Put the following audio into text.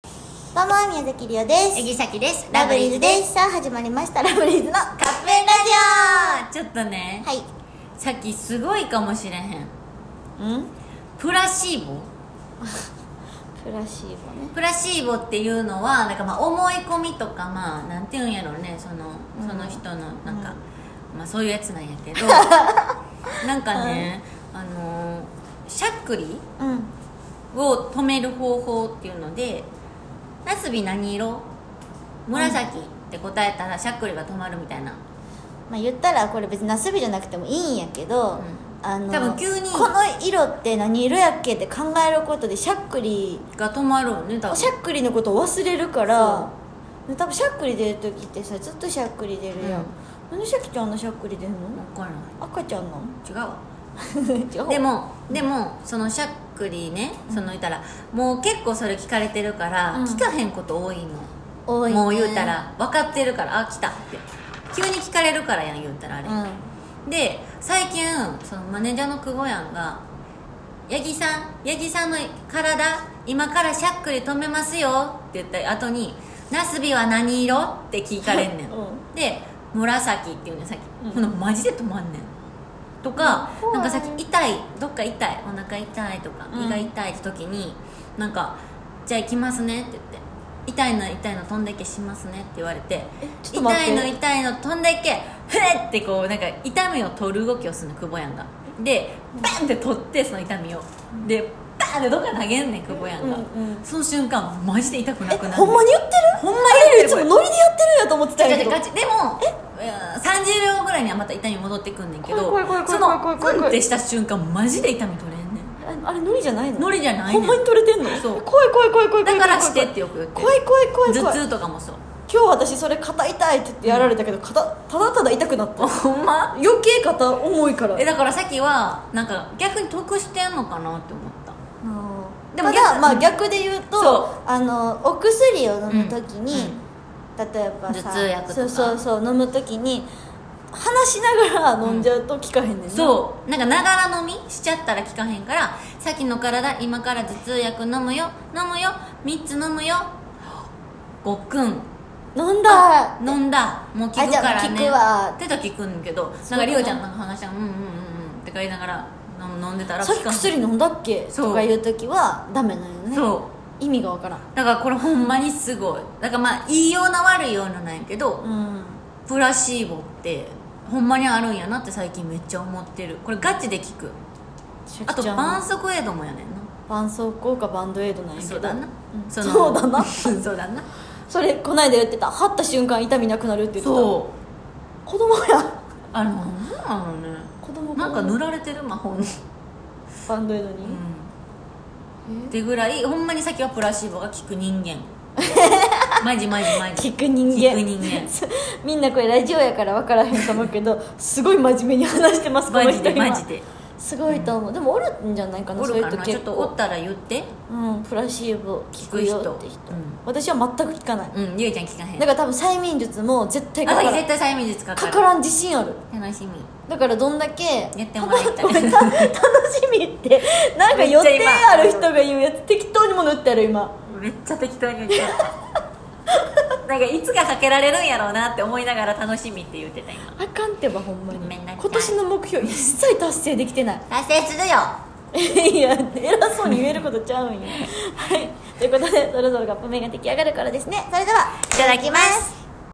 どうも宮崎りおですえぎさきですラブリーズですさあ始まりましたラブリーズのカップ麺ラあーちょっとね、ジオはいさっきすごいかもしれへんうんプラシーボプラシーボねプラシーボっていうのはなんかまあ思い込みとかまあなんていうんやろうねそのうんその人のなんか、まあそういうやつなんや けどなんかね、あのーしゃっくりうんを止める方法っていうので「なすび何色紫」って答えたらしゃっくりが止まるみたいなまあ言ったらこれ別になすびじゃなくてもいいんやけど、うんあの多分急にこの色って何色やっけって考えることでしゃっくりが止まるよね多分しゃっくりのことを忘れるから多分しゃっくり出る時ってさずっとしゃっくり出るやん、うんなんでしゃきちゃんのしゃっくり出るの分からない赤ちゃんの違うわ違う でもでもそのしゃっくりねその言ったらもう結構それ聞かれてるから、うん聞かへんこと多いの多いねもう言うたら分かってるからあ来たって急に聞かれるからやん言うたらあれ、うで最近そのマネージャーの久保やんが「八木さん八木さんの体今からしゃっくり止めますよ」って言った後に「なすびは何色?」って聞かれんねん、うんで「紫」って言うねんさっき、うんほなマジで止まんねんとか、うんなんかさっ怖いき痛いどっか痛いお腹痛いとかうん胃が痛いって時に、なんか「じゃあ行きますね」って言って「痛いの痛いの飛んでけしますね」って言われてえちょっと待っ痛ていの痛いの飛んでいけふえってこうなんか痛みを取る動きをするの久保やんがでバンって取ってその痛みをでバンってどっか投げんねん久保やんが、うんうんその瞬間マジで痛くなくなるんほんまに言ってるほんまえにいつ痛もいノリでやってるんやと思ってたんやけ違う違どうガチでもうん30秒ぐらいにはまた痛み戻ってくんねんけど怖い怖い怖いそ怖いの怖い怖いうんってした瞬間マジで痛み取れんねんああれノリじゃないのノリじゃないねほんんまに取れてんのそう怖い怖い怖い怖い怖い怖だいからしてってよく言って怖い怖い怖い怖い頭痛とかもそう今日私それ肩痛いって言ってやられたけど肩ただただ痛くなったほんま余計肩重いからえだからさっきはなんか逆に得してんのかなって思ったででももただ逆まあ逆で言うそうとあのお薬を飲む時うにん、例えばさ頭痛薬とかそうそうそう飲む時に話しながら飲んじゃうと効かへんねんな、そうなんかながら飲みしちゃったら効かへんからさっきの体今から頭痛薬飲むよ飲むよ3つ飲むよごっくん飲んだ飲んだもう効くからねあじゃあもう効くわ手と聞くんけどそなうんだなかりおちゃんなんか話したらうんうんうんうんって言いながら飲飲んでたらさっ効きかん薬飲んだっけそうとかいう時はダメなんよねそ意味がわからんうだからこれほんまにすごいだからまあいいような悪いようななんやけど、うんプラシーボってほんまにあるんやなって最近めっちゃ思ってるこれガチで効くシャあキとちゃん絆創エイドもやねんな絆創膏かバンドエイドなんやけどそうだな、んのそうだなそうだなそれこないだ言ってた貼った瞬間痛みなくなるって言ってたそう子供やあのなんなのね子供なんか子供塗られてる魔法の、バンドエイドに、うん、ってぐらいほんまに先はプラシーボが効く 人間マジマジマジ聞く人間聞く人間そう みんなこれラジオやから分からへんと思うけどすごい真面目に話してますこのマジ人で今マジですごいと思う、でもおるんじゃないかなおるそかういうな人ち結ょっとおっ構たら言ってうんプラシーボ聞くく人よって人うん私は全く聞かない、うんゆうちゃん聞かへんだから多分催眠術も絶対あかさかきら絶ん対催眠術かかかるからん自信ある楽しみだからどんだけやってもらいたいごめんた 楽しみってなんか予め定っちゃ今ある人が言うやつ適当にもの打ってある今めっちゃ適当に言っちゃったなんかいつかかけられるんやろうなって思いながら楽しみって言ってた今あかんってばほんまにごめんなさい今年の目標一切達成できてない 達成するよいや偉そうに言えることちゃうんやはいということでそろそろカップ麺が出来上がるからですねそれではいただきます